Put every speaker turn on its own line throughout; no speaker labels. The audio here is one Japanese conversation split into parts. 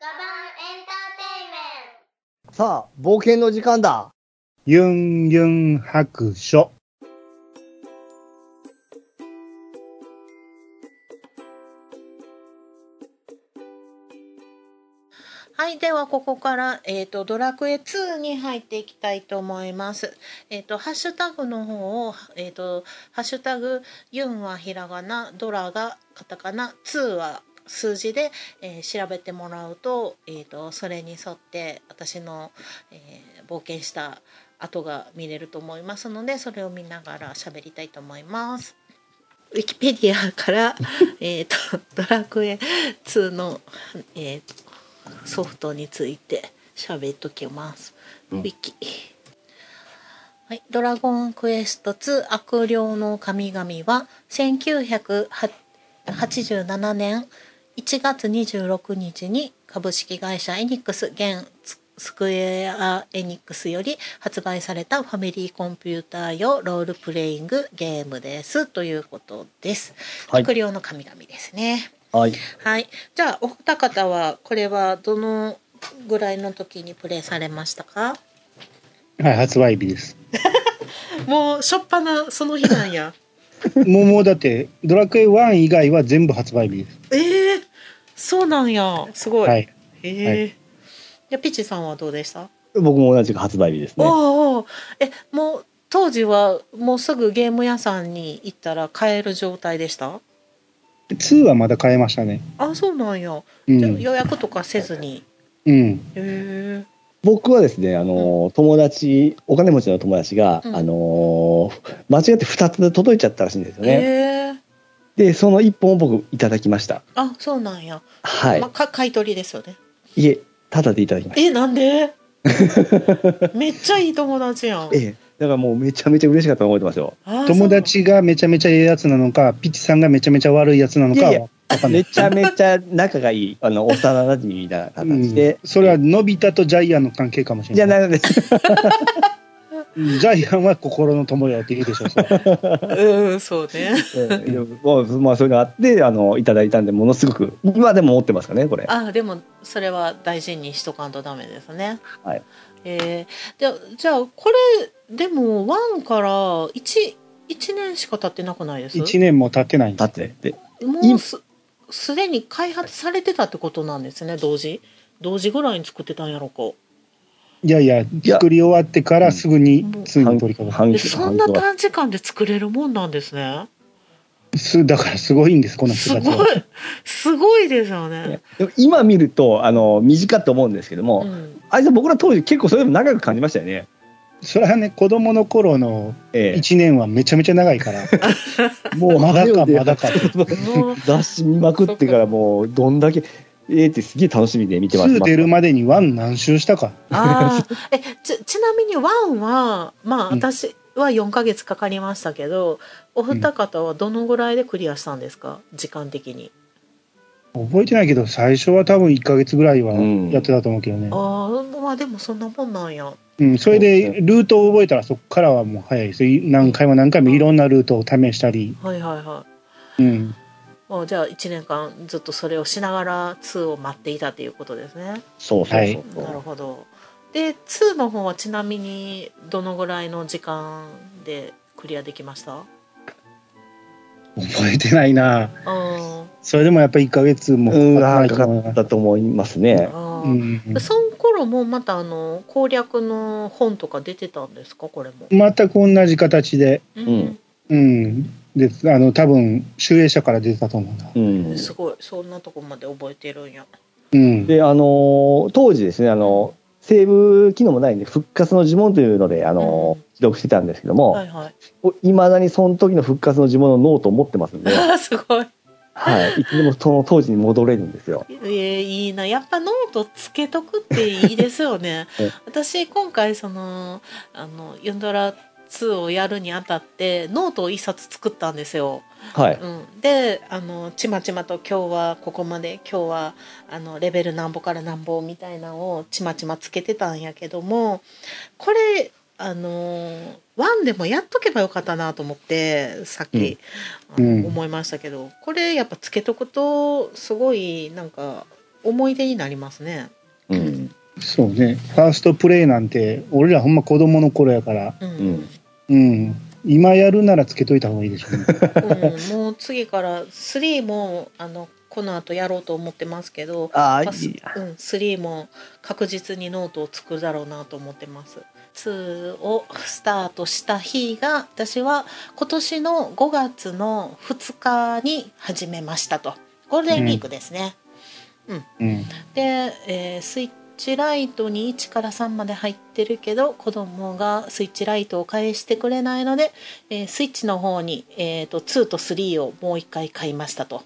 エンターテイメント
さあ、冒険の時間だ。
ユンユン白書。
はい、ではここから、えー、とドラクエ2に入っていきたいと思います。えっ、とハッシュタグの方を、えっ、とハッシュタグユンはひらがな、ドラがカタカナ、2は数字で、えー調べてもらうと、えっ、とそれに沿って私の、えー冒険した跡が見れると思いますので、それを見ながら喋りたいと思います。ウィキペディア から、えっとドラクエ2の、えー、ソフトについて喋っときます。ウィキ。はい、ドラゴンクエスト2悪霊の神々は1987年1月26日に株式会社エニックス現スクエアエニックスより発売されたファミリーコンピューター用ロールプレイングゲームですということです。
はい
悪霊の神々ですね。
はい。
はい。じゃあ、お二方は、これはどのぐらいの時にプレイされましたか
はい、発売日です。
もう、しょっぱな、その日なんや。
もう、もうだって、ドラクエ1以外は全部発売日です。
ええそうなんや。すごい。
はい。
ええ
は
じゃあ、ピチさんはどうでした、
僕も同じく発売日ですね。
おうおうえ、もう、当時は、もうすぐゲーム屋さんに行ったら買える状態でした
2はまだ買えましたね。
あ、そうなんや。
う
じゃあ
ん。
予約とかせずに。
うん。
ええ
僕はですね、あのー、友達、お金持ちの友達が、
うん
あのー、間違って2つ届いちゃったらしいんですよ
え
ね。
え
で、その1本を僕いただきました。
あ、そうなんや。
はい
まあ、。か買い取りですよね。
いえ、ただでいただきまし
えなんで めっちゃいい友達やん
た。ええ。だからもうめちゃめちゃ嬉しかったの覚えてますよ。
あー
友達がめちゃめちゃええやつなのか、ピチさんがめちゃめちゃ悪いやつなのか
いやいや
はわかんない。
めちゃめちゃ仲がいい、あの、幼馴染みたいな形で
うん。それは、のび太とジャイアンの関係かもしれない。
じゃないです。
うんジャイアンは心の友よっていいでしょう、それ は
そうなんうんそうね
ええでもまあ、そういうのがあって、あの、いただいたんで、ものすごく、今でも持ってますかね、これ。
あでもそれは大事にしとかんとダメですね
はい
えーじゃじゃあこれでも1から11年しか経ってなくないです
一年も経ってないんで
だ
す。
って。で
もうすすでに開発されてたってことなんですね同時同時ぐらいに作ってたんやろか
いやいや、作り終わってからすぐに
うん、
ついに取り掛か
半
え
期
そんな
半期は
短時間で作れるもんなんですね
る。すだからすごいんです、この
す
人た
ごい
ちは。
すごいですよね
ねでも今見るとあの短いと思うんですけども、
うん
あいつ僕ら当時結構それでも長く感じましたよね。
それはね、子供の頃の
え
一年はめちゃめちゃ長い から、
え、もう
まだか
で
まだか。
もう
雑誌見まくってからもうどんだけええってすげえ楽しみで見てまし
2
た。
出るまでに1何周したか。
ああ、え、ち、ちなみにワンは、まあ、
うん
私は4ヶ月かかりましたけど、お二方はどのぐらいでクリアしたんですか、時間的に。
覚えてないけど、最初は多分1ヶ月ぐらいは
うん
やってたと思うけどね。
ああ、まあでもそんなもんなんや。
うん、それでルートを覚えたらそこからはもう早いです。何回も何回もいろんなルートを試したり、
はいはいは
うん、
い。あじゃあ1年間ずっとそれをしながら2を待っていたということですね。
そうそうそうそう、
なるほど。で、2の方はちなみにどのぐらいの時間でクリアできました
覚えてないな
うん。
それでもやっぱり1ヶ月も
うん、
な
長
いと思う
かったと思いますね。
あ
う
ー
ん、
その頃もまたあの攻略の本とか出てたんですかこれも。
全く同じ形で、
うん
うん、であの多分集英社から出てたと思うな、
うん、
すごいそんなとこまで覚えてるんや。
うん、
であのー当時ですねあのセーブ機能もないんで復活の呪文というのであのー
うん
記録してたんですけども、
はいはい。
いまだにその時の復活の呪文のノートを持ってますんで、
あー すごい。
はい、いつでもその当時に戻れるんですよ。
えーいいなやっぱノートつけとくっていいですよね
ええ。
私今回そのあのユンドラ2をやるにあたってノートを一冊作ったんですよ。
はい、
うん、であのちまちまと今日はここまで今日はあのレベルなんぼからなんぼみたいなのをちまちまつけてたんやけどもこれあの1でもやっとけばよかったなと思ってさっき、
うん
あの
うん
思いましたけどこれやっぱつけとくとすごいなんか思い出になりますね。
うん。
そうね。ファーストプレイなんて、俺らほんま子供の頃やから、
うん
うん。
うん。今やるならつけといた方がいいでしょうね。
うんもう次から3もあのこの後やろうと思ってますけど、
ああ、い
まあす
い。
うん、3も確実にノートを作るだろうなと思ってます。2をスタートした日が私は今年の5月の2日に始めましたとゴールデンウィークですね。
うん。
で、えースイッチライトに1から3まで入ってるけど子供がスイッチライトを返してくれないので、えースイッチの方に、えー、と2と3をもう1回買いましたと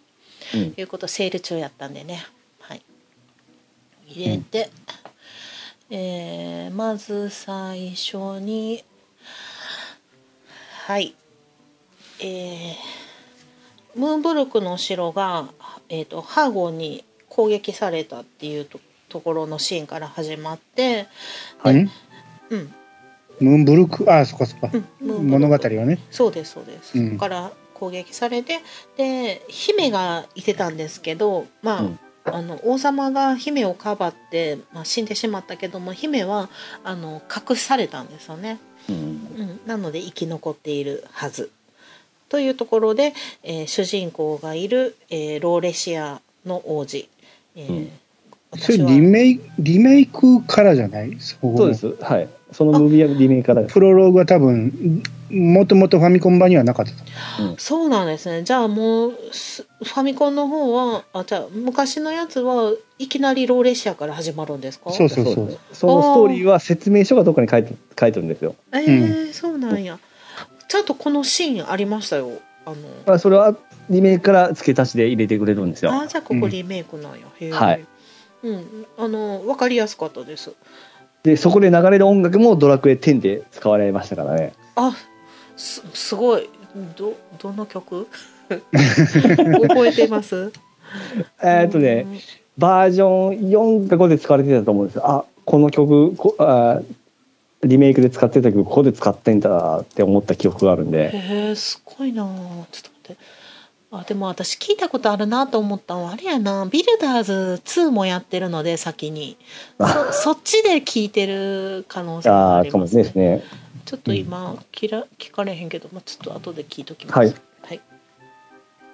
うん。
いうことセール中やったんでね、はい、入れて、えーまず最初にはいえームーンブルクの城が、えー、とハーゴンに攻撃されたっていうとところのシーンから始まって、
はい
ん
うん
ムーンブルク、あ、そっかそっか
う。ん、ムーンブル
物
ク
語はね。
そうですそうです、
うん
そこから攻撃されてで姫がいてたんですけどまあ、
うん
あの王様が姫をかばって、まあ、死んでしまったけども姫はあの隠されたんですよね、
うん。
うん、なので生き残っているはずというところで、えー主人公がいる、えーローレシアの王子、えー
うん
そ
私
れ
は
リメイク、リメイクからじゃないそう
そうで。す。はい。そのムービーやリメイクからです。
プロローグは多分、もともとファミコン版にはなかったと。
そうなんですねじゃあもうすファミコンの方はあじゃあ昔のやつはいきなりローレシアから始まるんですか
そうそうそう。
ですそのストーリーは説明書がどっかに書いて書いてるんですよ。
えーそうなんやちゃんとこのシーンありましたよあの
まあ、それはリメイクから付け足しで入れてくれるんですよ。
あーじゃあこ
う
こ
ん
リメイクなんや、へえ
はい
うんあのわかりやすかったです
で、そこで流れる音楽もドラクエ10で使われましたからね。
あすすごいどどの曲 覚えてます
えーっとね、バージョン4か5で使われてたと思うんですよあこの曲こあーリメイクで使ってた曲ここで使ってんだって思った記憶があるん
うん
で
へえすごいなちょっと待ってあでも私聞いたことあるなと思ったのはあれやなビルダーズ2もやってるので先にそそっちで聞いてる可能性が
あ
あ
あ
り
かも
ま
し
す
れない
ね
ですね
ちょっと今、きら聞かれへんけど、まあ、ちょっと後で聞いときます。
はい
はい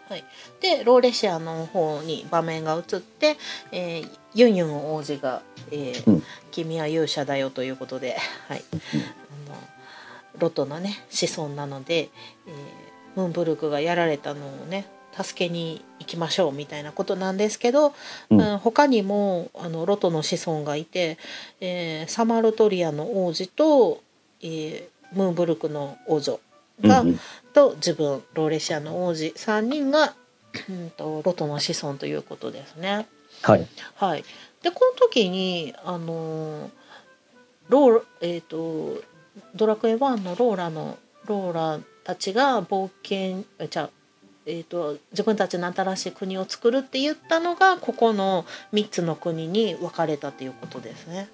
はいでローレシアの方に場面が移って、えーユンユン王子が、えー
うん
君は勇者だよ」ということで、はい、あのロトのね子孫なので、えームンブルクがやられたのをね助けに行きましょうみたいなことなんですけど、
うん
うん他にもあのロトの子孫がいて、えーサマルトリアの王子と、えームーンブルクの王女が、
うんうん
と自分ローレシアの王子3人が、うん、とロトの子孫ということですね。
はい
はい、でこの時にあのーローえー、とドラクエ1のローラのローラたちが冒険えじゃあえー、と自分たちの新しい国を作るって言ったのがここの3つの国に分かれたということですね。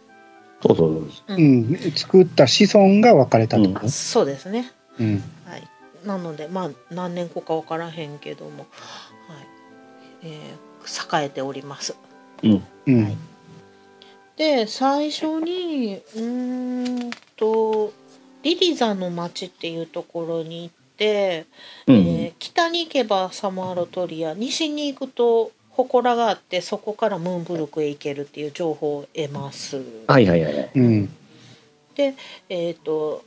そうそうそうです
うん。作った子孫が分かれたと。
そうですね
うん。
はい、なのでまあ何年後か分からへんけども、はいえー栄えております。
うん
うん。
で最初にうーんとリリザの町っていうところに行って、
うん
えー北に行けばサマーロトリア西に行くと祠があってそこからムーンブルクへ行けるっていう情報を得ます。
はいはいはいはい
うん。
えー、と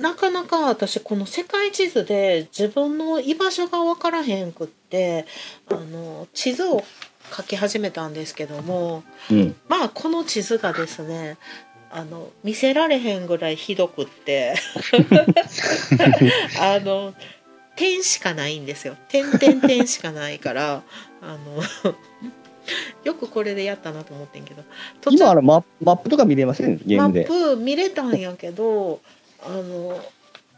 なかなか私この世界地図で自分の居場所が分からへんくってあの地図を書き始めたんですけども
うん
まあこの地図がですねあの見せられへんぐらいひどくって あの点しかないんですよ点点点しかないからあのよくこれでやったなと思ってんけど途中
今あのママップとか見れませんゲー
マ
ムで
ップ見れたんやけどあの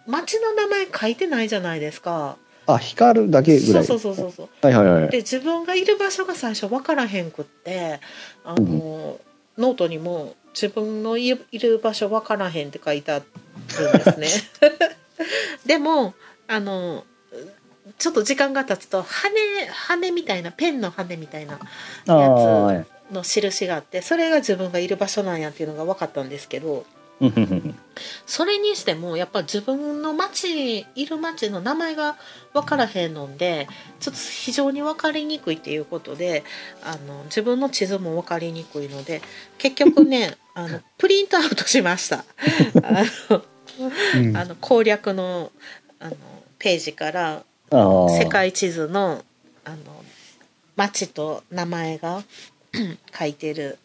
町の名前書いてないじゃないですか
あ光るだけぐ
そ
ら
う
い
そうそうそうそう
はいはいはい
で自分がいる場所が最初分からへんくってあの、ノートにも自分のいいる場所分からへんって書いてあるんですねでもあのちょっと時間が経つと羽羽みたいなペンの羽みたいな
ああーはい
の印があってそれが自分がいる場所なんやっていうのが分かったんですけど
うんうんうん
それにしてもやっぱ自分の町いる町の名前が分からへんのでちょっと非常に分かりにくいっていうことであの自分の地図も分かりにくいので結局ねあのプリントアウトしました。あの
うん
あの攻略のあのページから
ああ。
世界地図のあの町と名前が 書いてる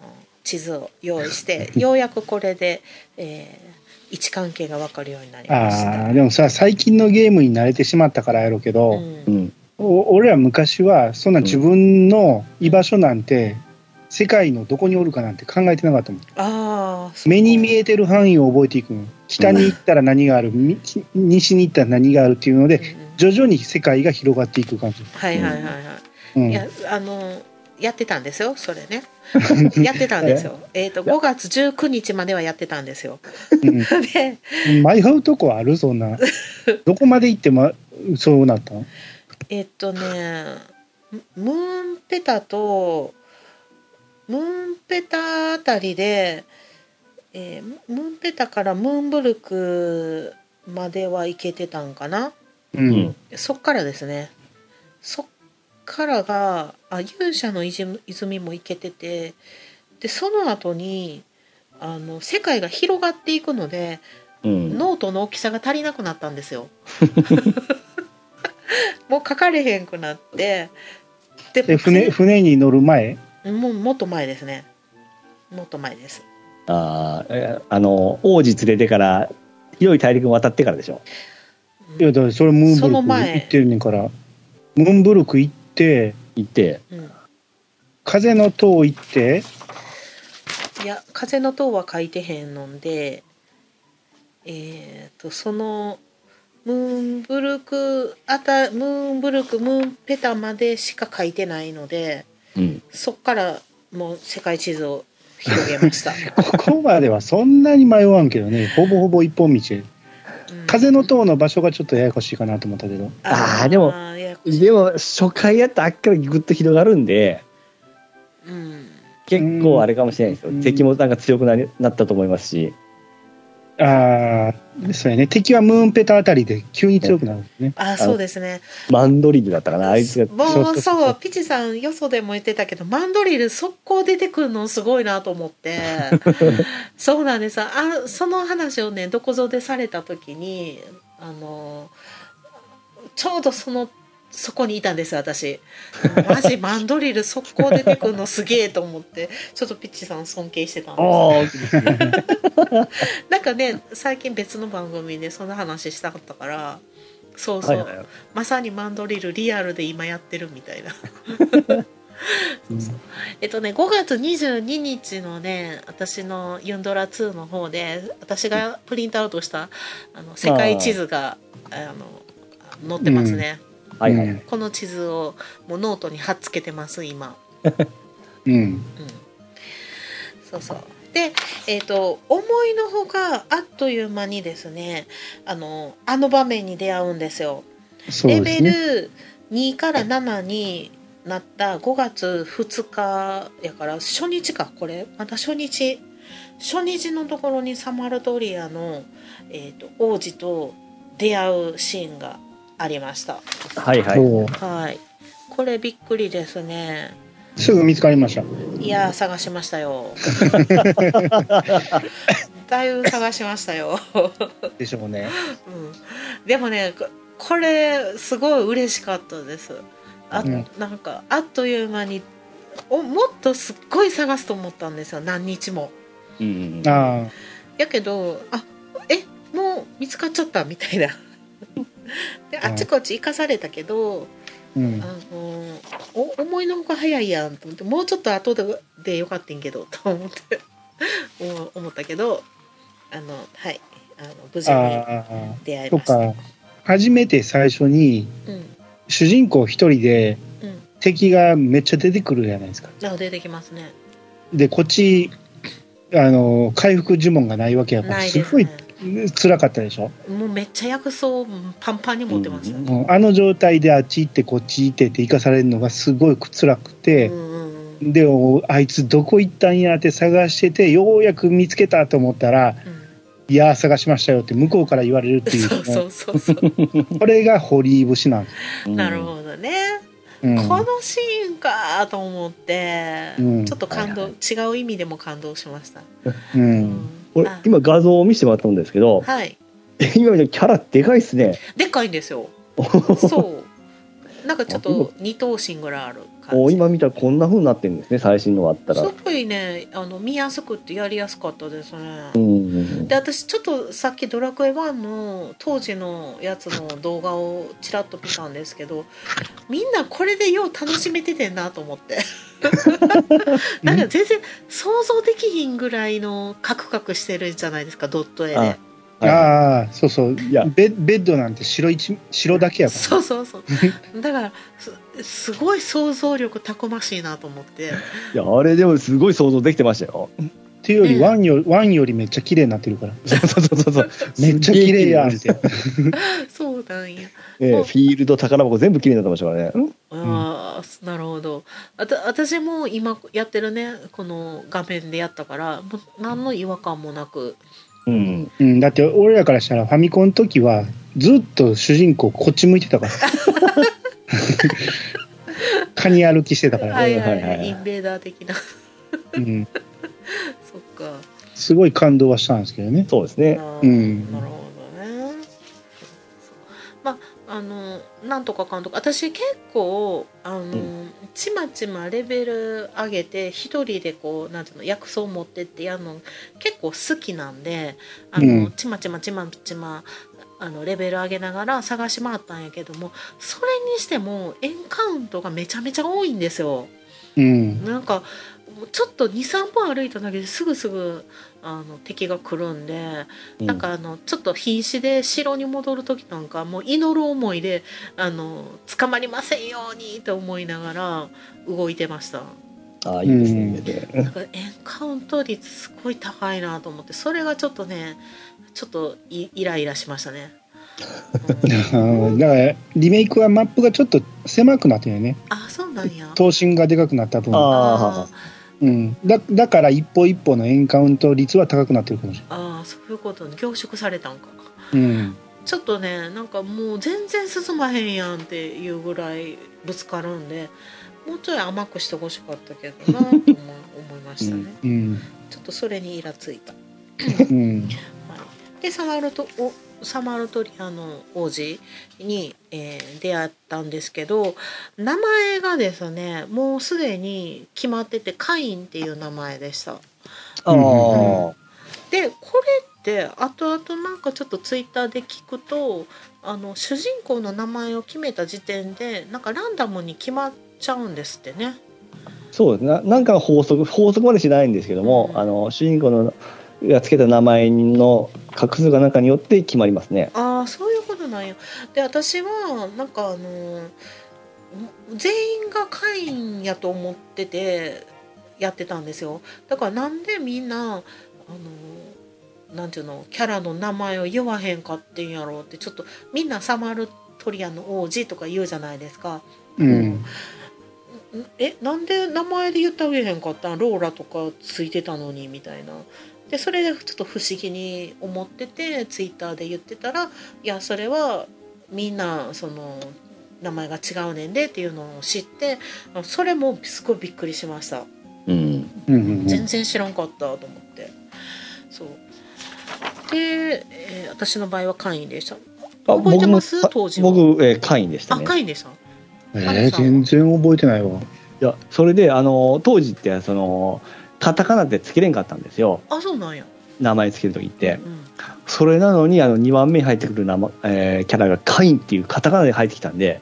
あの地図を用意して ようやくこれで、えー位置関係が分かるようになりました。
ああ、でもさ、最近のゲームに慣れてしまったからやろうけど、
うん
うん。
お俺ら昔は、そんな自分の居場所なんて、世界のどこにおるかなんて考えてなかったもん。
あーそう
目に見えてる範囲を覚えていくの。北に行ったら何がある、み西に行ったら何があるっていうの
う
で、
んうん
徐々に世界が広がっていく感じ。
はいはいはいはい。
うん
いやあのやってたんですよそれ ねやってたんですよえっ、と5月19日まではやってたんですよ で
迷うとこあるそん な。どこまで行っても、そうなったの
えっとねムムーンペタとムーンペタあたりで、えームムーンペタからムーンブルクまでは行けてたんかな
う
うんん。。
そっからですねそっからがあ勇者の泉泉も行けててでその後にあの世界が広がっていくので
うん。
ノートの大きさが足りなくなったんですよ。 もう書かれへんくなってで
で、船、船に乗る前
もうもっと前ですねもっと前です
ああ、えあの、王子連れてから、広い大陸渡ってからでしょ。
いや、だからそれムーンブ
そ
ル
の
ク
前
行ってるねんから。ムーンブルク行って、
行って。
うん、
風の塔行って、
いや「風の塔」は書いてへんのんでえっ、とそのムーンブルクあたムーンブルクムーンペタまでしか書いてないので
うん。
そっからもう世界地図を広げ ました、
ここまではそんなに迷わんけどね、ほぼほぼ一本道。
うん
風の塔の場所がちょっとややこしいかなと思ったけど。
あーでも
ーややこしい
でも、初回やったらあっからぐっと広がるんで、
うん
結構あれかもしれないです
う
よ。
ん
敵もなんか強くなりなったと思いますし。
ああ、そうやね。敵はムーンペタあたりで急に強くなるんですね。
あーそうですね
マンドリルだったかな、あいつが。
もう
そうそうそ
そう
う
ピチさんよそでも言ってたけどマンドリル速攻出てくるのすごいなと思って そうなんですあその話をねどこぞでされた時にあのちょうどそのそこにいたんです私マジマンドリル速攻出てくるのすげえと思ってちょっとピッチさん尊敬してたんです
おお。
なんかね最近別の番組でその話したかったからそうそ
は
う、
いはいはい。
まさにマンドリルリアルで今やってるみたいなそうそうえっとね5月22日のね私のユンドラ2の方で私がプリントアウトしたあの世界地図があの載ってますね、
はいはいは
うん
い。
この地図をもうノートに貼っつけてます今
うん。
うんそうそうでえっ、と思いのほかあっという間にですねあのあの場面に出会うんですよ
そう
レ
で
ベ
すね。
ル2から7になった5月2日やから初日かこれまた初日初日のところにサマルトリアの、えー、と王子と出会うシーンがありました
はいはい。
そう
はいこれびっくりですね
すぐ見つかりました。
いやー探しましたよ だいぶ探しましたよ
でしょうね。
うんでもねここれすごい嬉しかったですあ、
うん
なんかあっという間におもっとすっごい探すと思ったんですよ何日も
うん。
ああ、
やけどあえもう見つかっちゃったみた いなであっちこっち行かされたけど、
うん
あ。のお思いのほか早いやんと思ってもうちょっと後ででよかったんけどと思って思思ったけどあのはいあの無事に
ああ、
出会い
と
ました。
か、初めて最初に、
うん
主人公一人で
うん
敵がめっちゃ出てくるじゃないですか。
あ出てきますね。
で、こっち、あの、回復呪文がないわけやから、
ない
す
です
ごい
ね。
辛かったでしょ。
もうめっちゃ薬草をパンパンに持ってましたね。
うんあの状態であっち行ってこっち行ってって生かされるのがすごい辛く
う
て、
んうんうん
でおあいつどこ行ったんやって探しててようやく見つけたと思ったら「
う
いやー探しましたよ」って向こうから言われるっ
ん、
ていう,、
そうそうそうそう
これが堀井節なんです、
なるほどね、
うん
このシーンかと思って、
うん
ちょっと感動、
はい
違う意味でも感動しました、
う、
うん
これ
あ
今画像を見せてもらったんですけど、
はい
今見たキャラでかいっすね。
でっかいんですよそうなんかちょっと二頭身ぐらいある感
お
じ
今見たらこんな風になってるんですね、最新のがあったら。
すごいねあの見やすくってやりやすかったですね、
うんうんうん
で私ちょっとさっき「ドラクエ1」の当時のやつの動画をちらっと見たんですけどみんなこれでよう楽しめててんなと思って なんか全然想像できひんぐらいのカクカクしてるじゃないですかドット絵で
あは
ああそうそう
いや
ベベッドなんて白一白だけやか
そうそうそうだからすすごい想像力たくましいなと思って
いや、あれでもすごい想像できてましたよ。
らっていうより
うん
ワンよ,、ワンよりめっちゃ綺麗になってるから
そうそうそうそう。
めっちゃ綺麗やんっ
す
て
そうなんや
ええフィールド、宝箱全部綺麗になってましたからね。
ああなるほどあた私も今やってるねこの画面でやったからもう何の違和感もなく
うん。
うん、だって俺らからしたらファミコンの時はずっと主人公こっち向いてた からカニ歩きしてたから、
は
ね
いはい
はい
は
はいはい
いインベーダー的な
うん、
そっか
すごい感動はしたんですけどね
そうです
あ
ね。
ー
うん
なるほどねまああのなんとかかんとか私結構あの、
ん
ちまちまレベル上げて一人でこうなんていうの薬草持ってってやるの結構好きなんであの、
うん
ちまちまちまちまあのレベル上げながら探し回ったんやけどもそれにしてもエンカウントがめちゃめちゃ多いんですよ。
うん
なんかちょっと23歩歩いただけですぐすぐあの敵が来るんで、
うん
なんかあのちょっと瀕死で城に戻る時なんかもう祈る思いであの捕まりませんようにと思いながら動いてました
ああ、いいですね。
なんかエンカウント率すごい高いなと思ってそれがちょっとねちょっとイイライラしましたね、うん
うんだからリメイクはマップがちょっと狭くなってるよね
あそうなんや
頭身がでかくなった分、
あ
あー
うん、だだから一歩一歩のエンカウント率は高くなってるかもし
あーそういうことに凝縮されたんか
れない、うん、
ちょっとねなんかもう全然進まへんやんっていうぐらいぶつかるんでもうちょい甘くしてほしかったけどなと思思いましたね、
うん
ちょっとそれにイラついた、は
うん
い、でサマルトおサマルトリアの王子に、えー出会ったんですけど名前がですねもうすでに決まっててカインっていう名前でした
ああ。
でこれって後々なんかちょっとツイッターで聞くとあの主人公の名前を決めた時点でなんかランダムに決まっちゃうんですってね。
そうですね。なんか法則、法則までしないんですけども、
うん
あの、主人公のがつけた名前の画数がなんかによって決まりますね。
ああそういうことなんや。で私はなんかあのー全員が会員やと思っててやってたんですよ。だからなんでみんなあのーなんていうのキャラの名前を言わへんかってんやろうってちょっとみんなサマルトリアの王子とか言うじゃないですか。
うん
んえなんで名前で言ってあげへんかったんローラとかついてたのにみたいなでそれでちょっと不思議に思っててツイッターで言ってたらいやそれはみんなその名前が違うねんでっていうのを知ってあそれもすごいびっくりしました
うん。
うんうん
全然知らんかったと思ってそうで、えー私の場合は会員でした
あ
覚えてます
僕も
当時は
僕、えー、会員でした
あ
ね。
会員でした
えー全然覚えてないわ
いや、それで、あの、当時って、その、カタカナってつけれんかったんですよ。
あそうなんや、
名前つけるときって
う。ん、
それなのに、あの、2番目に入ってくる名前、えーキャラがカインっていうカタカナで入ってきたんで、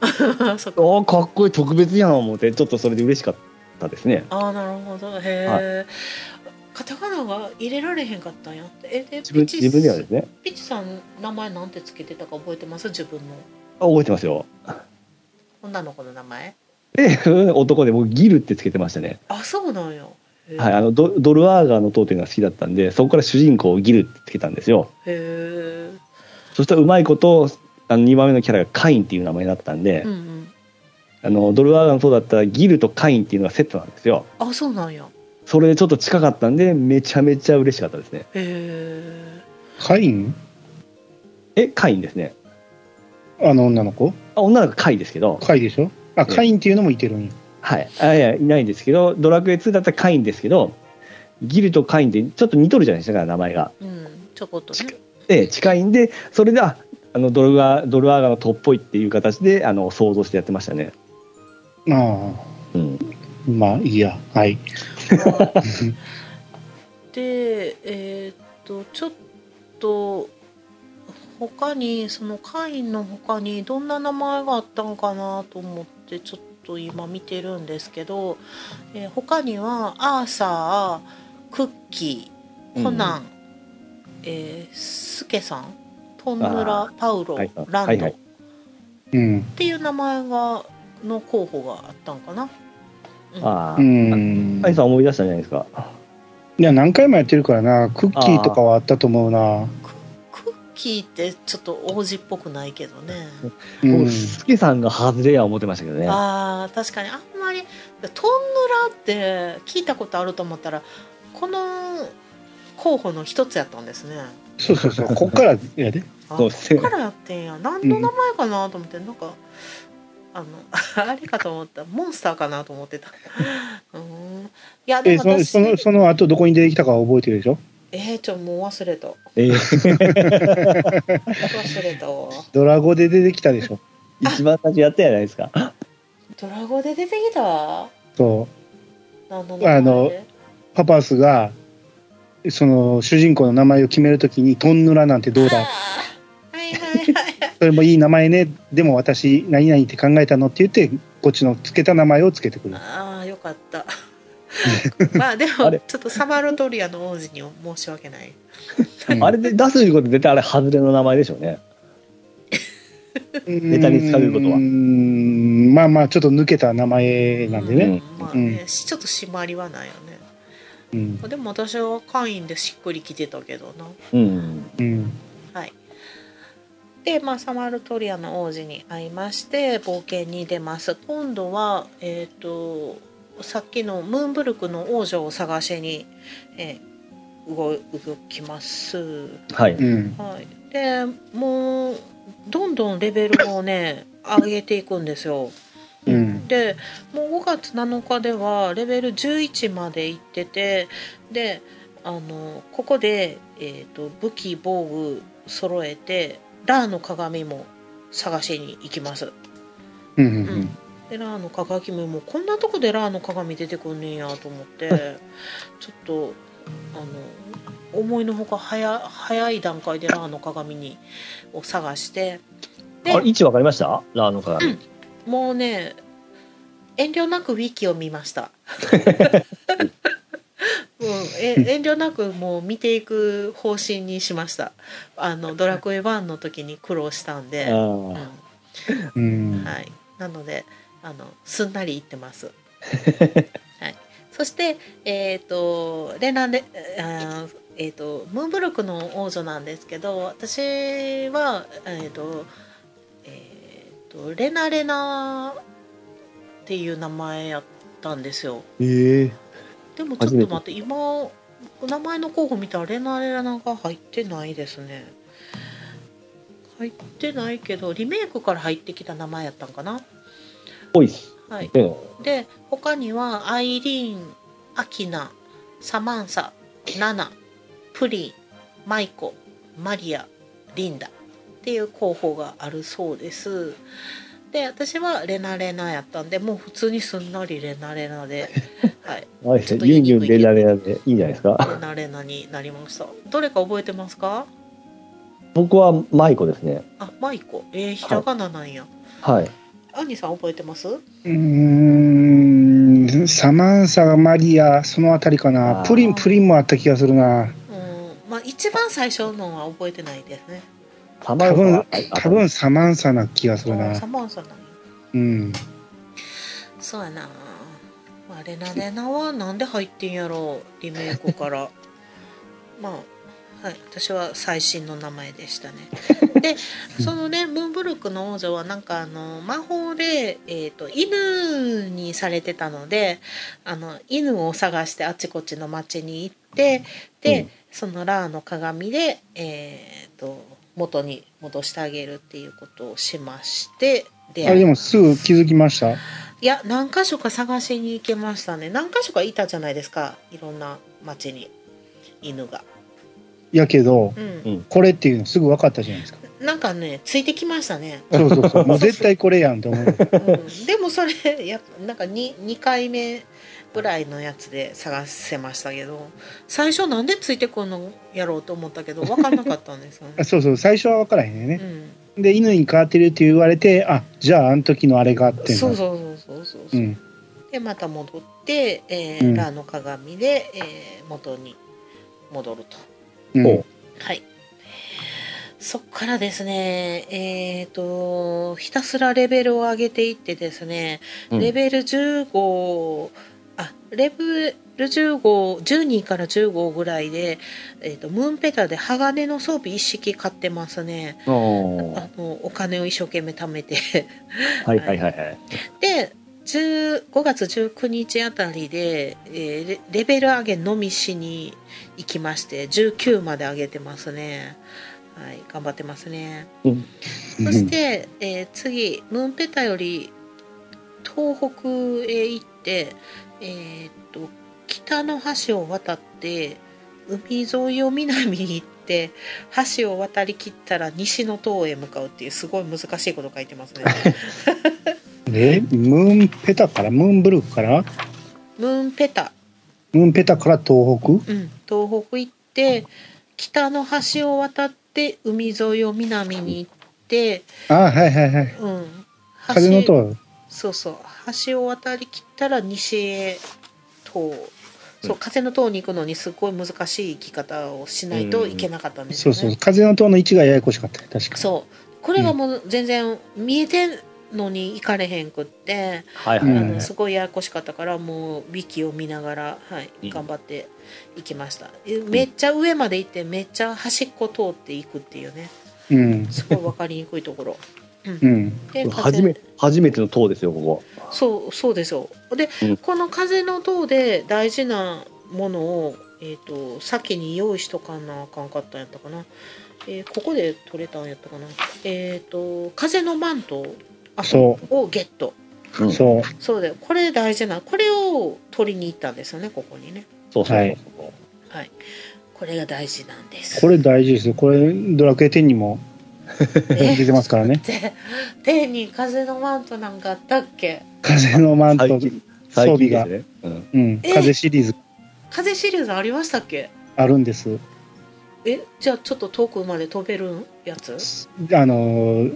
そっか
おーかっこいい、特別やん思って、ちょっとそれで嬉しかったですね。
ああなるほどへえ、カタカナが入れられへんかったんやえで
自分、
チ
自分ではですね。
ピチさん名前なんてつけてたか覚えてます自分の
あ覚えてますよ。
女の子の名前
で、 男で僕、ギルってつけてましたね。
あそうなんやへえ
はい、
へ
あのドドルアーガーの塔というのが好きだったんで、そこから主人公をギルってつけたんですよ。
え
そしたらうまいこと、あの2番目のキャラがカインっていう名前になったんで、
うんうん
あのドルアーガンそうだったらギルとカインっていうのがセットなんですよ
あそうなんや
それでちょっと近かったんでめちゃめちゃ嬉しかったですね
へえ
カイン
えカインですね
あの女の子
あ女の子カイですけど
カイでしょあ、カインっていうのもいてるんや。
はいあいやいないんですけどドラクエ2だったらカインですけどギルとカインってちょっと似とるじゃないですか名前が
うんちょこっとね
で近いんでそれでああのドルアドルアーガのトっぽいっていう形であの想像してやってましたね
あ
うん
あ、まあいいや。はい。
でえーっとちょっと他にその会員の他にどんな名前があったんかなと思ってちょっと今見てるんですけど、えー他にはアーサークッキーコナン、えースケさんトンヌ
あ
ラパウロ、
はいはい
ランド、
はいはい
っ
うん。
ていう名前がの候補があったんかな。
ああ、
うん。
カインさん思い出したんじゃないですか
いや、何回もやってるからな。クッキーとかはあったと思うな。
クッキーってちょっと王子っぽくないけどね。
うん
僕。スケさんが外れや思ってましたけどね
あー確かにあんまりトンヌラって聞いたことあると思ったらこの候補の一つやったんですね
そうそうそう。こっからやで。
そ
あ
う
こ
っすね
っからやってんや何の名前かなと思って、なんかあの あれかと思ったモンスターかなと思ってた うーんいやで
え、
も
その、
私
その、その後どこに出てきたかは覚えてるでしょ
えー、ちょもう忘れた
えー
忘れたわ
ドラゴで出てきたでしょ
一番最初やったじゃないですか
ドラゴで出てきた
そ
何の名前
あのう。パパスが、その、主人公の名前を決めるときに、トンヌラなんてどうだ
あーはいはいはい
それもいい名前ね。でも私、何々って考えたのって言って、こっちのつけた名前をつけてくる。
ああよかったまあでも
あれ
ちょっとサマルトリアの王子に申し訳ない
うん
あれで出すいうこと絶対あれ外れの名前でしょうね
ネ
タに使うことは
まあまあ、ちょっと抜けた名前なんでね。
うんまあね、しちょっと締まりはないよね
うん。
でも私は会員でしっくりきてたけどな
うん
うん。
はいでまあサマルトリアの王子に会いまして冒険に出ます今度はえっ、とさっきのムーンブルクの王女を探しに、えー動動きます
はい、
うん。
はい、でもうどんどんレベルをね上げていくんですよ。
うん。
でもう5月7日ではレベル11まで行っててであのここで、えー、と武器防具揃えてラーの鏡も探しに行きます。
うん。
う
うん
んでラーの鏡もこんなとこでラーの鏡出てくんねんやと思ってちょっとあの思いのほか早早い段階でラーの鏡にを探してで
あれ位置わかりましたラーの鏡、
もうね遠慮なくウィキを見ました。もうえ遠慮なくもう見ていく方針にしましたあのドラクエ1の時に苦労したんで、
あ
うん
あ
うん。
はい、なのであのすんなりいってます。はい、そして、えっとレナレあーえー、とムーンブルクの王女なんですけど私は、えっとえっとレナレナっていう名前やったんですよ。
ええ
でもちょっと待って今名前の候補見たらレナレナが入ってないですね。入ってないけどリメイクから入ってきた名前やったんかな。
多いっす
はい、
でも
で他にはアイリーンアキナサマンサナナプリンマイコマリアリンダっていう候補があるそうですで私はレナレナやったんでもう普通にすんなりレナレ ナで、はい、
あれです
ちょっと
ねユ
言い
ン
に
ユ
くい
ンレラレラでいいんじゃないですか
レナレナになりましたどれか覚えてますか
僕はマイコですね
あマイコえー、ひらがななんや、
はい
アンニさん覚えてます
うーん。サマンサ、マリア、そのあたりかな
あ。ー
プリン、プリンもあった気がするな。
うんまあ一番最初のは覚えてないですね
多
多分、多分サマンサな気がする
あー
な
サ。マンサなんや
うん。
そうやなまあレナレナはなんで入ってんやろうリメイ クからまあはい私は最新の名前でしたねでそのねムーンブルクの王女はなんかあの魔法で、えー、と犬にされてたのであの犬を探してあちこちの町に行ってで、
うん
そのラーの鏡で、えー、と元に戻してあげるっていうことをしましてで
あれでもすぐ気づきました
いや何箇所か探しに行けましたね何箇所かいたじゃないですかいろんな町に犬が。
やけど、
うん
これっていうのすぐ分かったじゃない ですか。
なんかねついてきましたね、
そうそうそう。もう絶対これやんと 思う。
うん、でもそれ やっぱなんか 2, 2回目ぐらいのやつで探せましたけど最初なんでついてくんのやろうと思ったけど分かんなかったんですよね
あ、そうそう。最初は分からへんね。
う
で、犬に変わってるって言われて、あ、じゃああの時のあれがあってんだ
ん、そうそうそうそうそう
う。
そうんでまた戻って、えー
うん
ラーの鏡で、えー元に戻ると
うん
お
はいそっからですねえっ、とひたすらレベルを上げていってですね
うん
レベル15あレベル15 12から15ぐらいで、えー、とムーンペタで鋼の装備一式買ってますね
あー
あのお金を一生懸命貯めて
はいはいはいはい。
で10 5月19日あたりで、えーレレベル上げのみしに行きまして19まで上げてますねはい頑張ってますねそして、えー次ムーンペタより東北へ行って、えーっと北の橋を渡って海沿いを南に行って橋を渡りきったら西の塔へ向かうっていうすごい難しいこと書いてますね。
え、ムーンペタからムーンブルクから
ムーンペタ、
ムーンペタから東北
うん、東北行って北の橋を渡って海沿いを南に行って、
あ、はいはいはい。
うん、橋
風の塔。
そうそう橋を渡りきったら西へ塔そう風の塔に行くのにすごい難しい行き方をしないといけなかったんです
そ
よ
う
ね。
そう。風の塔の位置がややこしかった。確か
そうこれがもう全然見えてんのに行かれへんくって、
はいはいは
あ
いは
の
い。
すごいややこしかったからもうウィキを見ながら、は
う
い、
ん
頑張って行きました、えめっちゃ上まで行ってめっちゃ端っこ通っていくっていうね
に。うん。
すごい分かりにくいと ころ。
うん。
で
初め初めての塔ですよここ。
そうそうですよで、
うん
この風の塔で大事なものを、えー、と先に用意しとかなあかんかったんやったかな、えーここで取れたんやったかなえっ、と風のマントあ
そ
をゲット
うん
う。そう。
そうだよこれ大事なこれを取りに行ったんですよねここにね
そうそうそう
はい
そう。
はいこれが大事なんです
これ大事ですよ。これ、ドラクエ10にも出てますからね。
で手に風のマントなんかあったっけ
風のマント、
最
装
近最
備
近で
が
す、ね。うん
うん、
え
風シリーズ
風シリーズありましたっけ
あるんです。
えじゃあちょっと遠くまで飛べるやつ
あのー、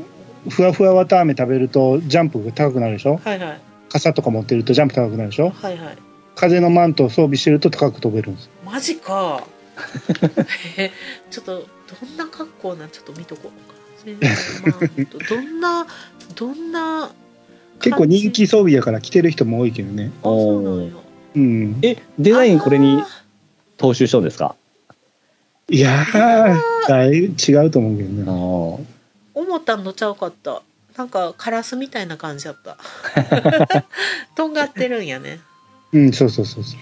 ふわふわ綿あめ食べるとジャンプが高くなるでしょ
はいはい
傘とか持ってるとジャンプ高くなるでしょ
はいはい
風のマントを装備してると高く飛べるんです。
マジか えちょっとどんな格好なんちょっと見とこうか全然まあどんなどんな
結構人気装備やから着てる人も多いけどね。
あそうなんや
うん。
えデザインこれに
あ
踏襲したんですか。
いやー、だいぶ違うと思うけどね。
あ
思ったんのちゃうかったなんかカラスみたいな感じだったとんがってるんやね
うん、そうそうそうそ。
へ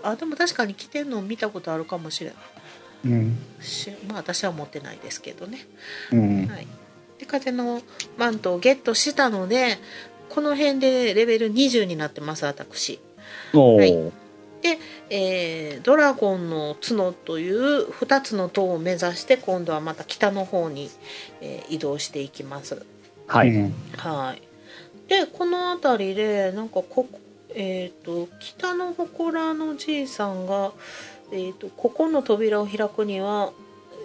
えあでも確かに着てんの見たことあるかもしれないう
うん。
しまあ私は持ってないですけどね
うん。
はい、で風のマントをゲットしたのでこの辺でレベル20になってます私、
あ。お
はい
お。
えードラゴンの角という2つの塔を目指して今度はまた北の方に、えー移動していきます
は
う
い。
ん
はいでこの辺りでなんかこえー、と北の祠のじいさんが、えー、とここの扉を開くには、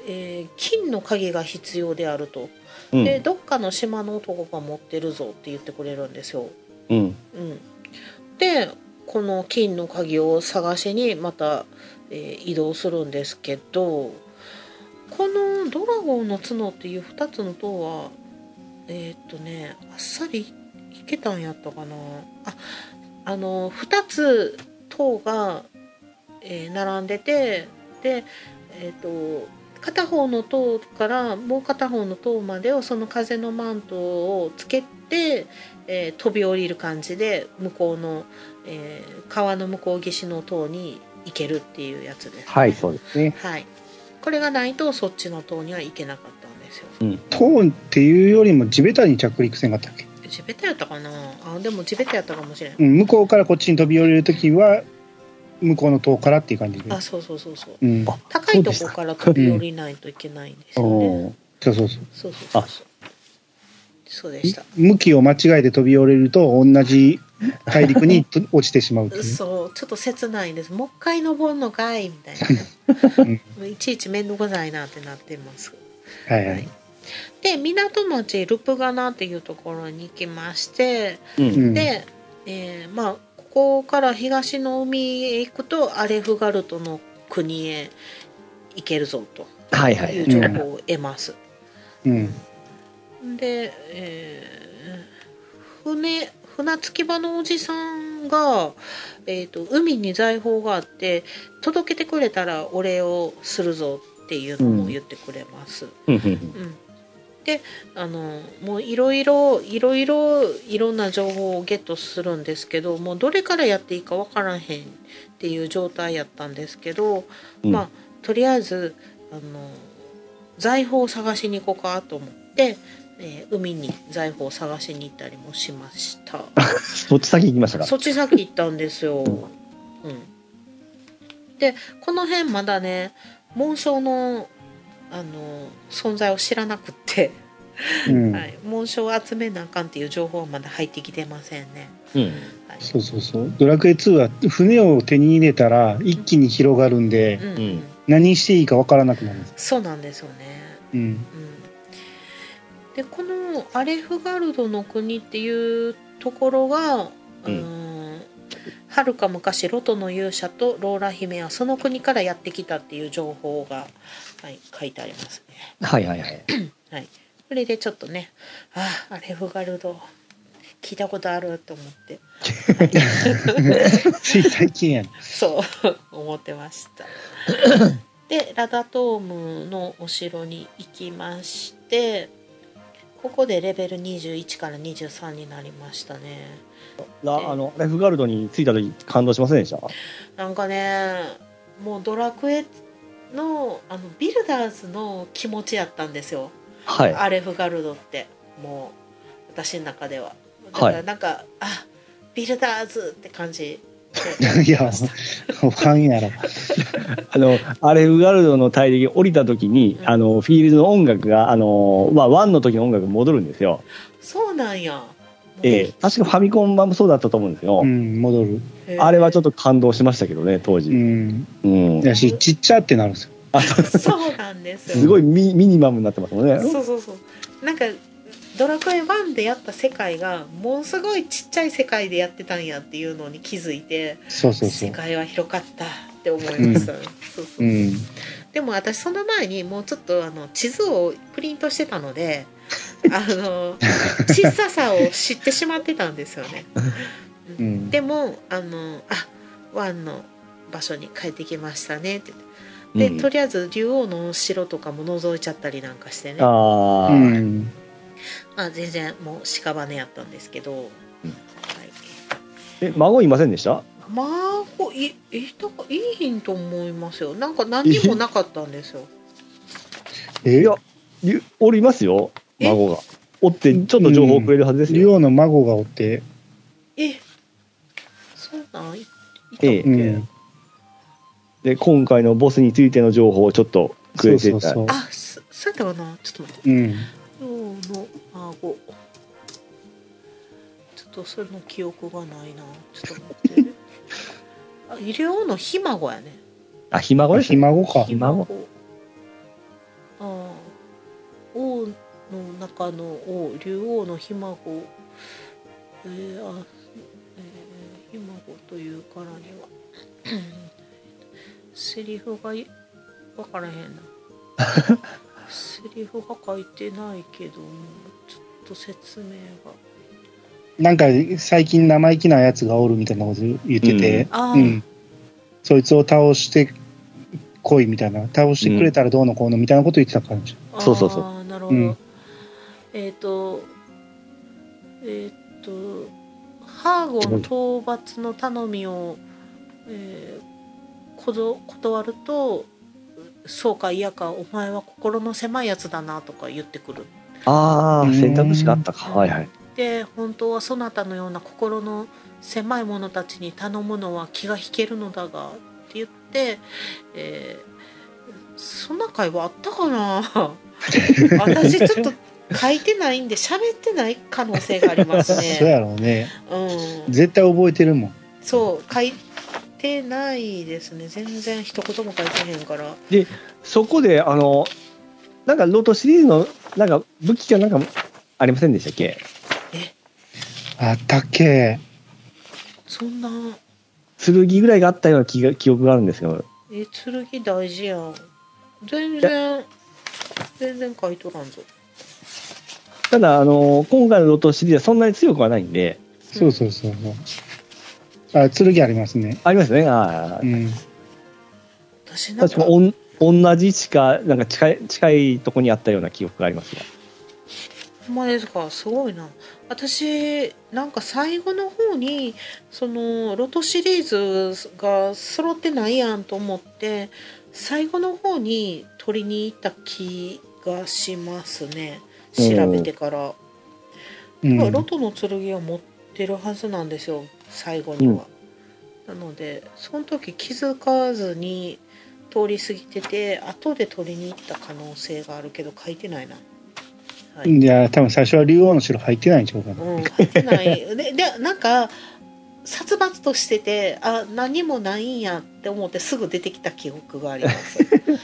えー金の鍵が必要であると
うん
でどっかの島の男が持ってるぞって言ってくれるんですよ。
うん。
うん、でこの金の鍵を探しにまた、えー移動するんですけどこの「ドラゴンの角」っていう2つの塔はえーっとねあっさりいけたんやったかなああの2つ塔が、えー並んでてでえーっと片方の塔からもう片方の塔までをその風のマントをつけて、えー飛び降りる感じで向こうの、えー川の向こう岸の塔に行けるっていうやつです。
はい、そうですね。
はい、これがないとそっちの塔には行けなかったんですよ。
トーンっていうよりも地べたに着陸せんかったっけ、
地べたやったかなあでも地べたやったかもしれん
う。ん、向こうからこっちに飛び降りるときは向こうの塔からっていう感じで
あそうそうそうそう。
うん
あ
高いとこから飛び降りないといけないんですよね。
お
そうそうそう
そうそうそうそう。そうでした。
向きを間違えて飛び降りると同じ 大陸にと落ちてしまうっていう
そうちょっと切ないです。もう一回登るのかいみたいな。いちいち面倒くさいなってなってます。
はいは
はいい、で港町ルプガナっていうところに行きまして、
う。
うんん、
で、えーまあここから東の海へ行くとアレフガルトの国へ行けるぞと
はいはいい。
う情報を得ます。
うん
で、えー船船着き場のおじさんが、えー、と海に財宝があって届けてくれたらお礼をするぞっていうのも言ってくれます。
うんうん
うんであのもういろいろいろいろいろんな情報をゲットするんですけどもうどれからやっていいかわからへんっていう状態やったんですけど、
うん
まあとりあえずあの財宝を探しに行こうかと思って、えー海に財宝を探しに行ったりもしました。
そっち先行きましたか。
そっち先行ったんですよ。うん、でこの辺まだね紋章のあの存在を知らなくって、
うん
はい、紋章を集めなあかんっていう情報はまだ入ってきてませんね。
うん。
はい
そうそうそうドラクエ2は船を手に入れたら一気に広がるんで
うん
うん
何していいかわからなくなるんです、
そうなんですよね。
うん
うん、でこのアレフガルドの国っていうところが、う
うん
ん、はるか昔ロトの勇者とローラ姫はその国からやってきたっていう情報が、はい、書いてありますね。
はいはいはい。
はい、これでちょっとねああアレフガルド聞いたことあると思って
つい最近やね
そう思ってました でラダトームのお城に行きましてここでレベル21から23になりましたね
なあのレフガルドに着いた時感動しませんでした。
なんかねもうドラクエのあのビルダーズの気持ちやったんですよ
はい。
アレフガルドってもう私の中では
は
だか
い
らなんか、あビルダーズって感じ
いやファンやろ
あの、アレフガルドの大陸に降りた時に、あの、フィールドの音楽が、あの、まあ、ワンの時の音楽に戻るんですよ。
そうなんや
ええ確かファミコン版もそうだったと思うんですよ
う。ん戻る
へえ
あれはちょっと感動しましたけどね、当
う
時。
ん
うん。
やしちっちゃってなるんですよ
そうなんですよ
すごいミミニマムになってますもんね。
そうそうそうなんかドラクエ1でやった世界がものすごいちっちゃい世界でやってたんやっていうのに気づいて
そうそうそ
世
う
界は広かったって思いました、そうそううんでも私その前にもうちょっとあの地図をプリントしてたのであの小ささを知ってしまってたんですよね。
うん
でもあのあワンの場所に帰ってきましたねって
う
で、
ん
とりあえず竜王の城とかも覗いちゃったりなんかしてねあ
あ
う
あ、
ん
全然もう屍やったんですけど、はい、
え、孫いませんでした
まあこいいたかいいひんと思いますよなんか何にもなかったんですよ。
え
いやゆおりますよ、
え
孫が。おって、ちょっと情報をくれるはずです
竜
よ。
王の孫がおって、
えそうなんいいたっけ、
ええ
うん、
で、今回のボスについての情報をちょっとく
そ
れ
う
てた。
そうそう
あ、そそうやったかなちょっと待って。
うん
今日の孫。ちょっとそれの記憶がないな。ちょっと待 ってね。あ、医療のひ孫やね。
あ、ひ孫です
ひ
ね。
孫か
ひ
孫。
ああ。王の中の王、竜王のひ孫。えー、あ、えー、ひ孫というからには。 セリフがいわからへんな。セリフが書いてないけどもちょっと説明が
なんか最近生意気なやつがおるみたいなこと言ってて、
あ
うんそいつを倒して来いみたいな、倒してくれたらどうのこうのみたいなこと言ってた感じ。
そうそうそう
あーなるほど。
うん
えっ、と、えっ、と、ハーゴン討伐の頼みを、えーこぞ断ると、そうか嫌か、お前は心の狭いやつだなとか言ってくる。
ああ、選択肢があったか。
うん
はいはい。
で、本当はそなたのような心の狭い者たちに頼むのは気が引けるのだが、って言って、えーそんな会話あったかな 私ちょっと書いてないんで喋ってない可能性があります
そう
ね。
やろうね。
うん、
絶対覚えてるもん。
そう書いてないですね全然一言も書いてへんから
そこで、あの、なんか、ロートシリーズの、なんか、武器がなんか、ありませんでしたっけ
あったっけ
そんな
剣ぐらいがあったような気が記憶があるんですけど、
え剣大事やん全然全然書いとらんぞ
ただ、あの、今回のロートシリーズはそんなに強くはないんで、
そうそうそうそう。あ、剣ありますね。
ありますね。ああ
う。ん。
私なん
確
か
かおん同じしか、なんか近い、近いとこにあったような記憶がありますね。
ほんまですかすごいな私なんか最後の方にそのロトシリーズが揃ってないやんと思って最後の方に取りに行った気がしますね調べてから、
うん
まあロトの剣を持ってるはずなんですよ最後には、なのでその時気づかずに通り過ぎてて後で取りに行った可能性があるけど書いてないなはい
いや、多分最初は竜王の城入ってないんちゃうかな。
うん、入ってない。で、 でなんか、殺伐としてて、あ、何もないんやって思ってすぐ出てきた記憶があります。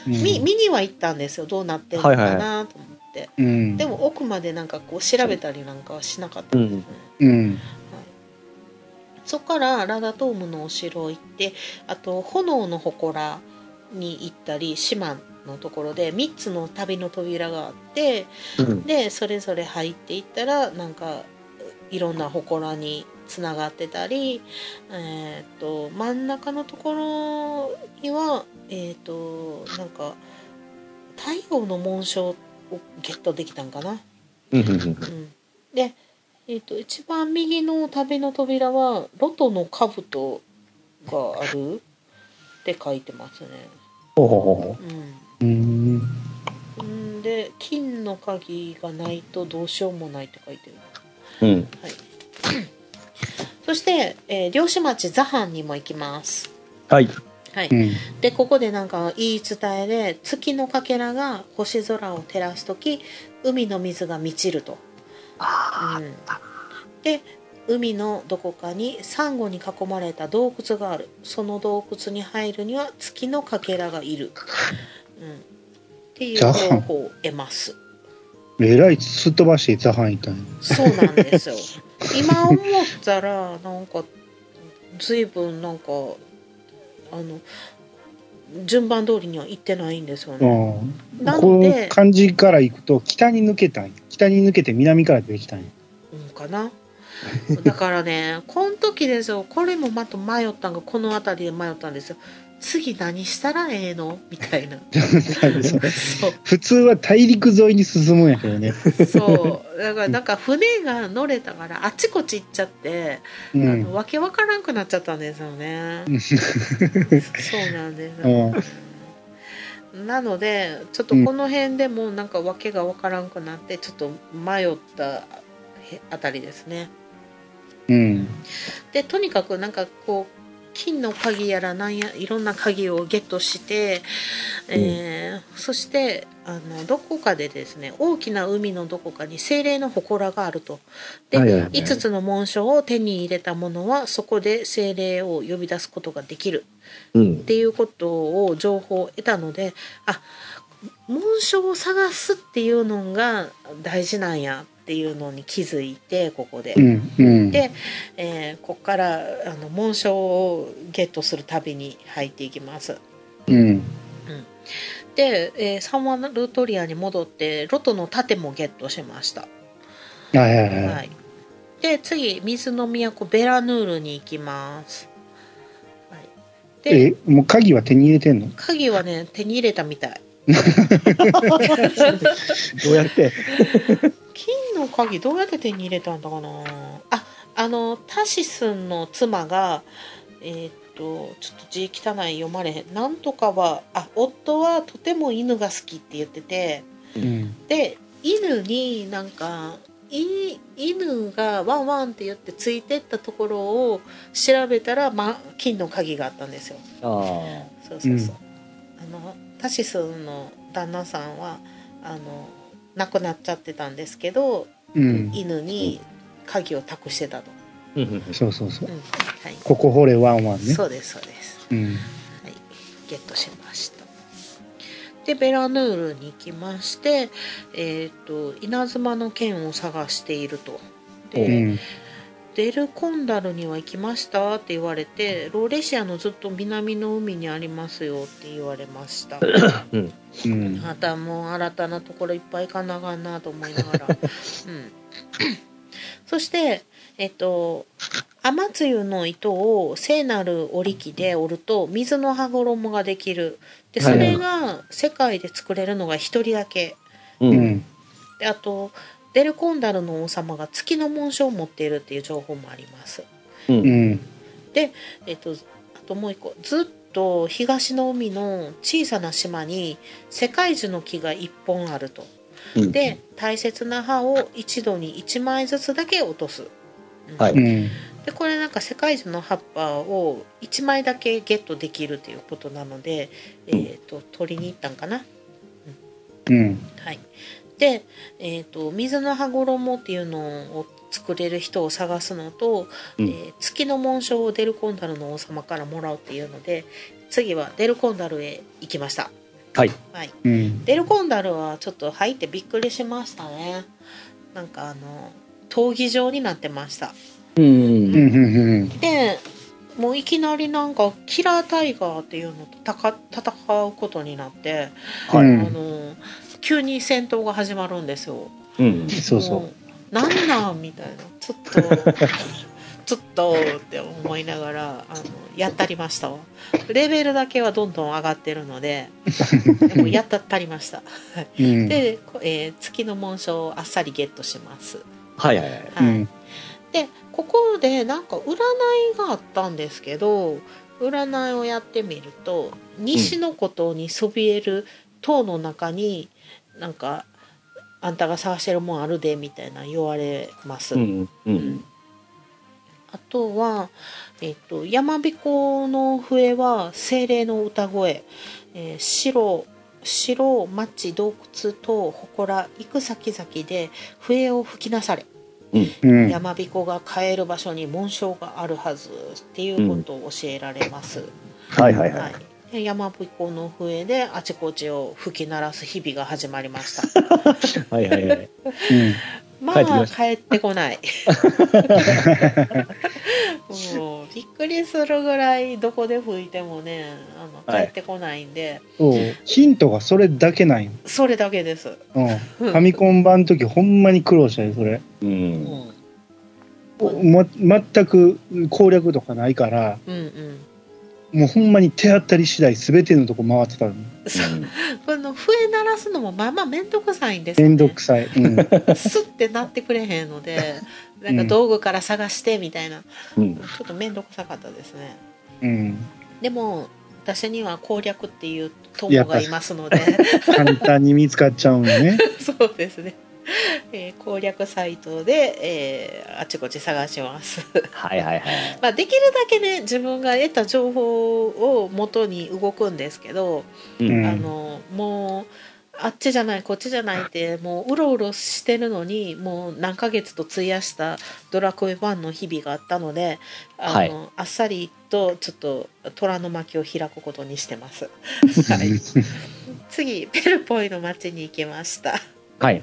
うん
見、見には行ったんですよ。どうなってるのかなと思って。
うん。
でも奥までなんかこう調べたりなんかはしなかったですね。
うん。
そこからラダトームのお城行ってあと炎の祠に行ったり島のところで3つの旅の扉があって
うん。
でそれぞれ入っていったらなんかいろんな祠につながってたり、えー、と真ん中のところには、えー、となんか太陽の紋章をゲットできたんかな。
うん。うんうん
うん、で、えー、と一番右の旅の扉は「ロトの兜がある」って書いてますね。
ほうほうほうほ
うん
うん。
うんで金の鍵がないとどうしようもないって書いてる
う。うん。
そして、えー漁師町ザハンにも行きます
はい。
はい、
うん。
でここでなんか言い伝えで月のかけらが星空を照らす時海の水が満ちると、うん、で海のどこかにサンゴに囲まれた洞窟があるその洞窟に入るには月のかけらがいる、うん、っていう情報を得ます
えらいすっ飛ばしてザハン行ったんや
そうなん ですよ今思ったらなんか随分なんかあの順番通りには行ってないんですよね
あ
な
あ。こ
の
の
で
感じから行くと、北に抜けたんや。北に抜けて南から出てきたんや。
うんかなだからね この時ですよこれもまた迷ったんがこの辺りで迷ったんですよ次何したらええのみたいな そう
普通は大陸沿いに進むんやけ どね。
そうだからなんか船が乗れたからあっちこっち行っちゃって
う
あ
ん。
のわけわからんくなっちゃったんですよね。そうなんです、
うん
なのでちょっとこの辺でもうなんかわけがわからんくなってちょっと迷ったへあたりですね。
うん。
でとにかくなんかこう金の鍵やらなんやいろんな鍵をゲットして、えーそしてあのどこかでですね大きな海のどこかに精霊の祠があると。で、
はいはいはい
5つの紋章を手に入れた者はそこで精霊を呼び出すことができる。
うん
っ。ていうことを情報を得たのであ紋章を探すっていうのが大事なんやっていうのに気づいてここで、
うん。うん。
で、えーここからあの紋章をゲットする旅に入っていきます。
うん。
で、えーサンワルトリアに戻ってロトの盾もゲットしました。
はいはいは。
はいい、で次水の都ベラヌールに行きます、はい、で
え、もう鍵は手に入れてんの
鍵はね手に入れたみたい
どうやって
金の鍵どうやって手に入れたんだかなああのタシスンの妻がえーっとちょっと字汚い読まれへんなんとかはあ夫はとても犬が好きって言ってて
うん。
で犬になんかい犬がワンワンって言ってついてったところを調べたら、ま、金の鍵があったんですよ。
あ
そうそうそう。あのタシスンの旦那さんはあの亡くなっちゃってたんですけど、
うん。
犬に鍵を託してたと。
あ
そうそうそう
う。ん、はい。
ここ掘れワンワンね。
そうですそうです。
うん。
はい、ゲットしました。でベラヌールに行きまして、えっ、と稲妻の剣を探していると。で、
うん。
デルコンダルには行きましたって言われて、ローレシアのずっと南の海にありますよって言われました。
うん。
またもう新たなところいっぱい行かなあかんなと思いながら、うん、 そしてえっと雨露の糸を聖なる織機で織ると水の羽衣ができるでそれが世界で作れるのが一人だけ
う
うんん。
であとデルコンダルの王様が月の紋章を持っているっていう情報もあります
うん
う
うん
ん。
えっと、あともう一個ずっと東の海の小さな島に世界樹の木が1本あると、
うん
で大切な葉を一度に1枚ずつだけ落とす、うん
はい
うん。
でこれなんか世界樹の葉っぱを1枚だけゲットできるということなので、えー、と取りに行ったんかな
うん。
はい、で、えーと「水の羽衣」っていうのを作れる人を探すのと、
うん
えー月の紋章をデルコンダルの王様からもらうっていうので次はデルコンダルへ行きました、
はい
はい、
うん。
デルコンダルはちょっと入ってびっくりしましたねなんかあの闘技場になってました
うん
うん。うん。
でもういきなりなんかキラータイガーっていうのとたか戦うことになって、
はい
あの急に戦闘が始まるんですよ
うん
そうそ
もう。なんなんみたいな。ちょっと、 ちょっとって思いながら、あの、やったりましたわ。レベルだけはどんどん上がってる ので、でもやったったりました。
う。うん。
で、こえー月の紋章をあっさりゲットします。
はいはいはい。
う
はい。
ん。
で、ここでなんか占いがあったんですけど、占いをやってみると、西のことにそびえる塔の中に、なんか、あんたが探してるもんあるでみたいな言われます。
うんうん
あとは、えっと、山彦の笛は精霊の歌声、えー白、白、町、洞窟と祠、行く先々で笛を吹きなされ、
うん。
山彦が帰る場所に紋章があるはずっていうことを教えられます。
はいはいは
はい
い。
で山彦の笛であちこちを吹き鳴らす日々が始まりました。
はいはいはい。
ま
帰ってき
あ
まし
帰ってこない。もうびっくりするぐらいどこで吹いてもねあの
はい
帰ってこないんで、
そう。ヒントがそれだけなんよ。
それだけです、
うん。ファミコン版の時ほんまに苦労したよ、それ。
う。
うんん、
ま、全く攻略とかないから、
うんうん
もうほんまに手当たり次第全てのとこ回ってたの。
そこの笛鳴らすのもまあまあ面倒くさいんです
めんどくさい。うん。
スッて鳴ってくれへんのでなん
う
か
ん
道具から探してみたいな、
うん
ちょっと面倒くさかったですね
うん。
でも私には攻略っていう友がいますので
簡単に見つかっちゃうんよね。
そうですね。えー攻略サイトで、えーあちこち探します。
はいはいはい。
まあ、できるだけね、自分が得た情報を元に動くんですけど、
うん
あの、もう、あっちじゃない、こっちじゃないって、もう、うろうろしてるのに、もう何ヶ月と費やしたドラクエ1の日々があったので、あの、
はい
あっさりと、ちょっと、虎の巻を開くことにしてます。次、ペルポイの町に行きました。
はい。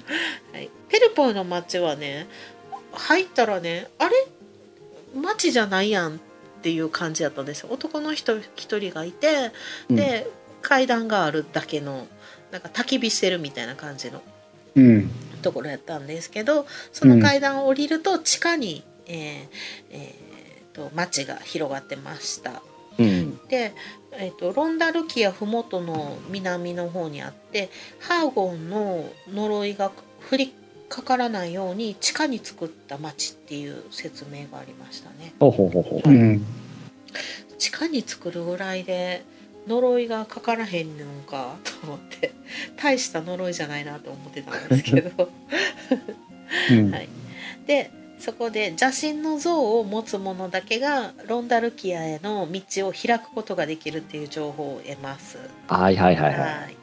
はい、ペルポイの街はね入ったらねあれ街じゃないやんっていう感じだったんですよ男の人一人がいてで、階段があるだけのなんか焚き火してるみたいな感じの
うん。
ところやったんですけどその階段を降りると地下に、えーえーと街が広がってました
うん。
で、えー、とロンダルキやふもとの南の方にあってハーゴンの呪いが降りかからないように地下に作った町っていう説明がありましたね。
ほうほうほうほう。
うん。
地下に作るぐらいで呪いがかからへんのかと思って 大した呪いじゃないなと思ってたんですけど
うん
はいでそこで邪神の像を持つ者だけがロンダルキアへの道を開くことができるっていう情報を得ます。
はいはいはいはい。
はい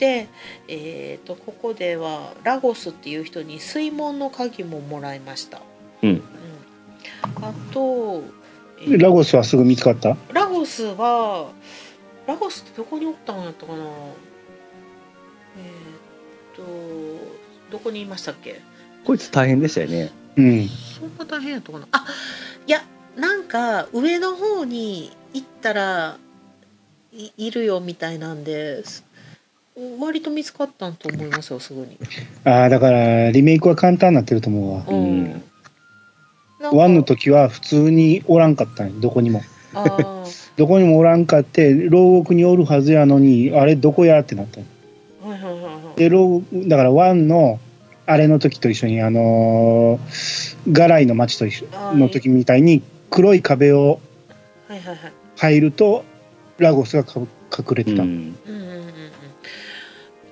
で、えー、とここではラゴスっていう人に水門の鍵ももらいました。
うん
うんあと、えー
ラゴスはすぐ見つかった
ラゴスはラゴスってどこにおったんやったかなえーっとどこにいましたっけ
こいつ大変でしたよね。
うん。
そんな大変やったかなあいやなんか上の方に行ったらいいるよみたいなんです割と見つかったんと思いますよすぐに
ああ、だから、リメイクは簡単になってると思うわ。
うん
なんか
ワンの時は普通におらんかったんよどこにも。
あー
どこにもおらんかって、牢獄におるはずやのに、あれ、どこやってなったんよ
はいはいはいはい
で、牢獄、だからワンの、あれの時と一緒に、あのー、ガライの町と一緒
はい
の時みたいに、黒い壁を
はいはいはい
入ると、ラゴスがかぶ隠れてた。
ん。
うんうんうんうん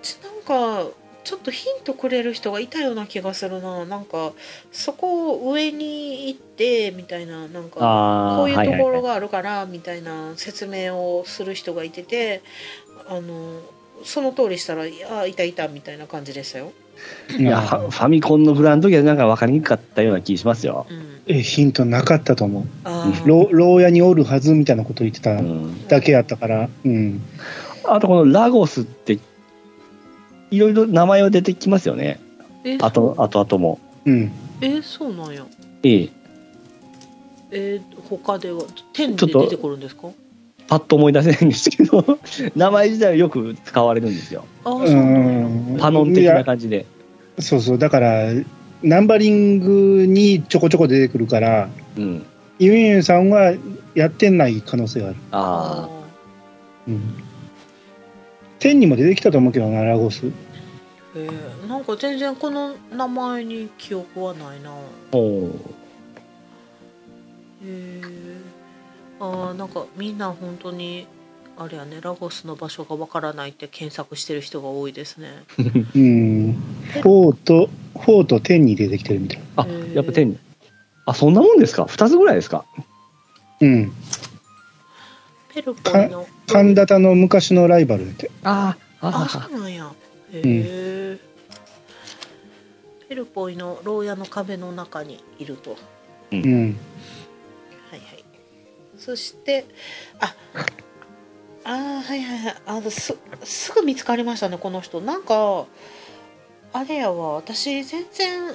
ちなんかちょっとヒントくれる人がいたような気がするななんかそこを上に行ってみたいななんか
ああ。
こういうところ
が。
があるからみたいな説明をする人がいててあのその通りしたら「いやいたいた」みたいな感じでしたよ。
いや、ファファミコンのブランド時はなんか分かりにくかったような気しますよ。
うん、
えヒントなかったと思う。
あー
牢牢屋におるはずみたいなこと言ってた
うん。
だけやったから、うん。
あとこのラゴスって、いろいろ名前は出てきますよね。
え
あと、あとあとも。
うん。
えそうなんや。
ええ。
え他では天で出てくるんですか
パッと思い出せないんですけど、 名前自体はよく使われるんですよ。
あー
う
そうなんや。
ん
パノン的な感じで。
いやそうそう、だから、ナンバリングにちょこちょこ出てくるから、
うん。
ユンユンさんはやってない可能性がある。
ああ。
うん。天にも出てきたと思うけどな、ラゴス。
えーなんか全然この名前に記憶はないな
おう
へーあーなんかみんな本当にあれやねラゴスの場所がわからないって検索してる人が多いですね
うん。フォーと、フォーと天に出てきてるみたい。
あ
へー、
やっぱ天に。あ、そんなもんですか二つぐらいですか
うん。
ペルポンの
カンダタの昔のライバルって。
ああ、
あ
あ
そうなんやへえ、ペルポイの牢屋の壁の中にいるとは
うん。
いはいそしてああーはいはいはいあのすすぐ見つかりましたねこの人なんかあれやわ私全然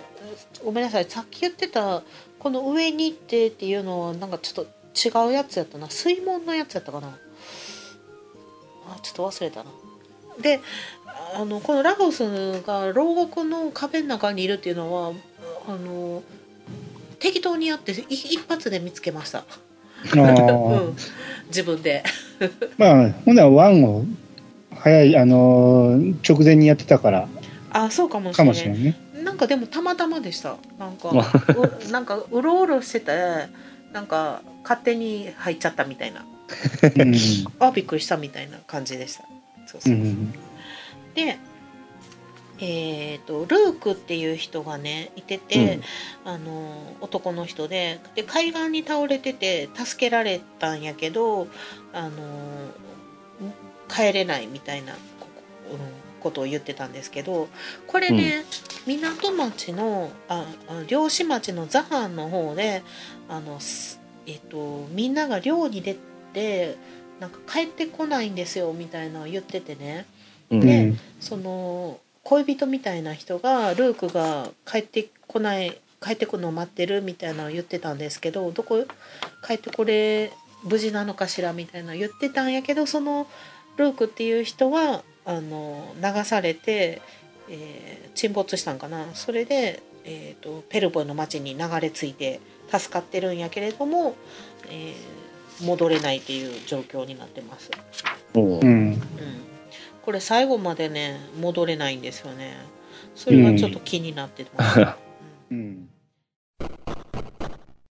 ごめんなさいさっき言ってたこの上に行ってっていうのはなんかちょっと違うやつやったな水門のやつやったかなあちょっと忘れたなであのこのラゴスが牢獄の壁の中にいるっていうのはあの適当にやってい一発で見つけました、 う
ああ。
ん、自分で
まあ、ほんならワンを、早い、あのー直前にやってたから、
あそうかもし
か
れな
も
い
しれんね。
なんかでもたまたまでしたなんかうなんかうろうろしててなんか勝手に入っちゃったみたいな
うん。
あびっくりしたみたいな感じでした
う。
そうそうそうんでえー、とルークっていう人がねいてて、あの男の人でで海岸に倒れてて助けられたんやけどあの帰れないみたいな、こうん、ことを言ってたんですけどこれね、港町のああ漁師町のザハンの方であの、すえっとみんなが漁に出てなんか帰ってこないんですよみたいなのを言っててね。
うん
う
ね
ん。
その恋人みたいな人がルークが帰ってこない帰ってくるのを待ってるみたいなのを言ってたんですけどどこ帰ってこれ無事なのかしらみたいなの言ってたんやけどそのルークっていう人はあの流されて、えー沈没したんかなそれで、えー、とペルボイの町に流れ着いて助かってるんやけれども、えー戻れないっていう状況になってます、
うん
うん。
うん、これ最後ま でね戻れないんですよねそれがちょっと気になってます、
うん。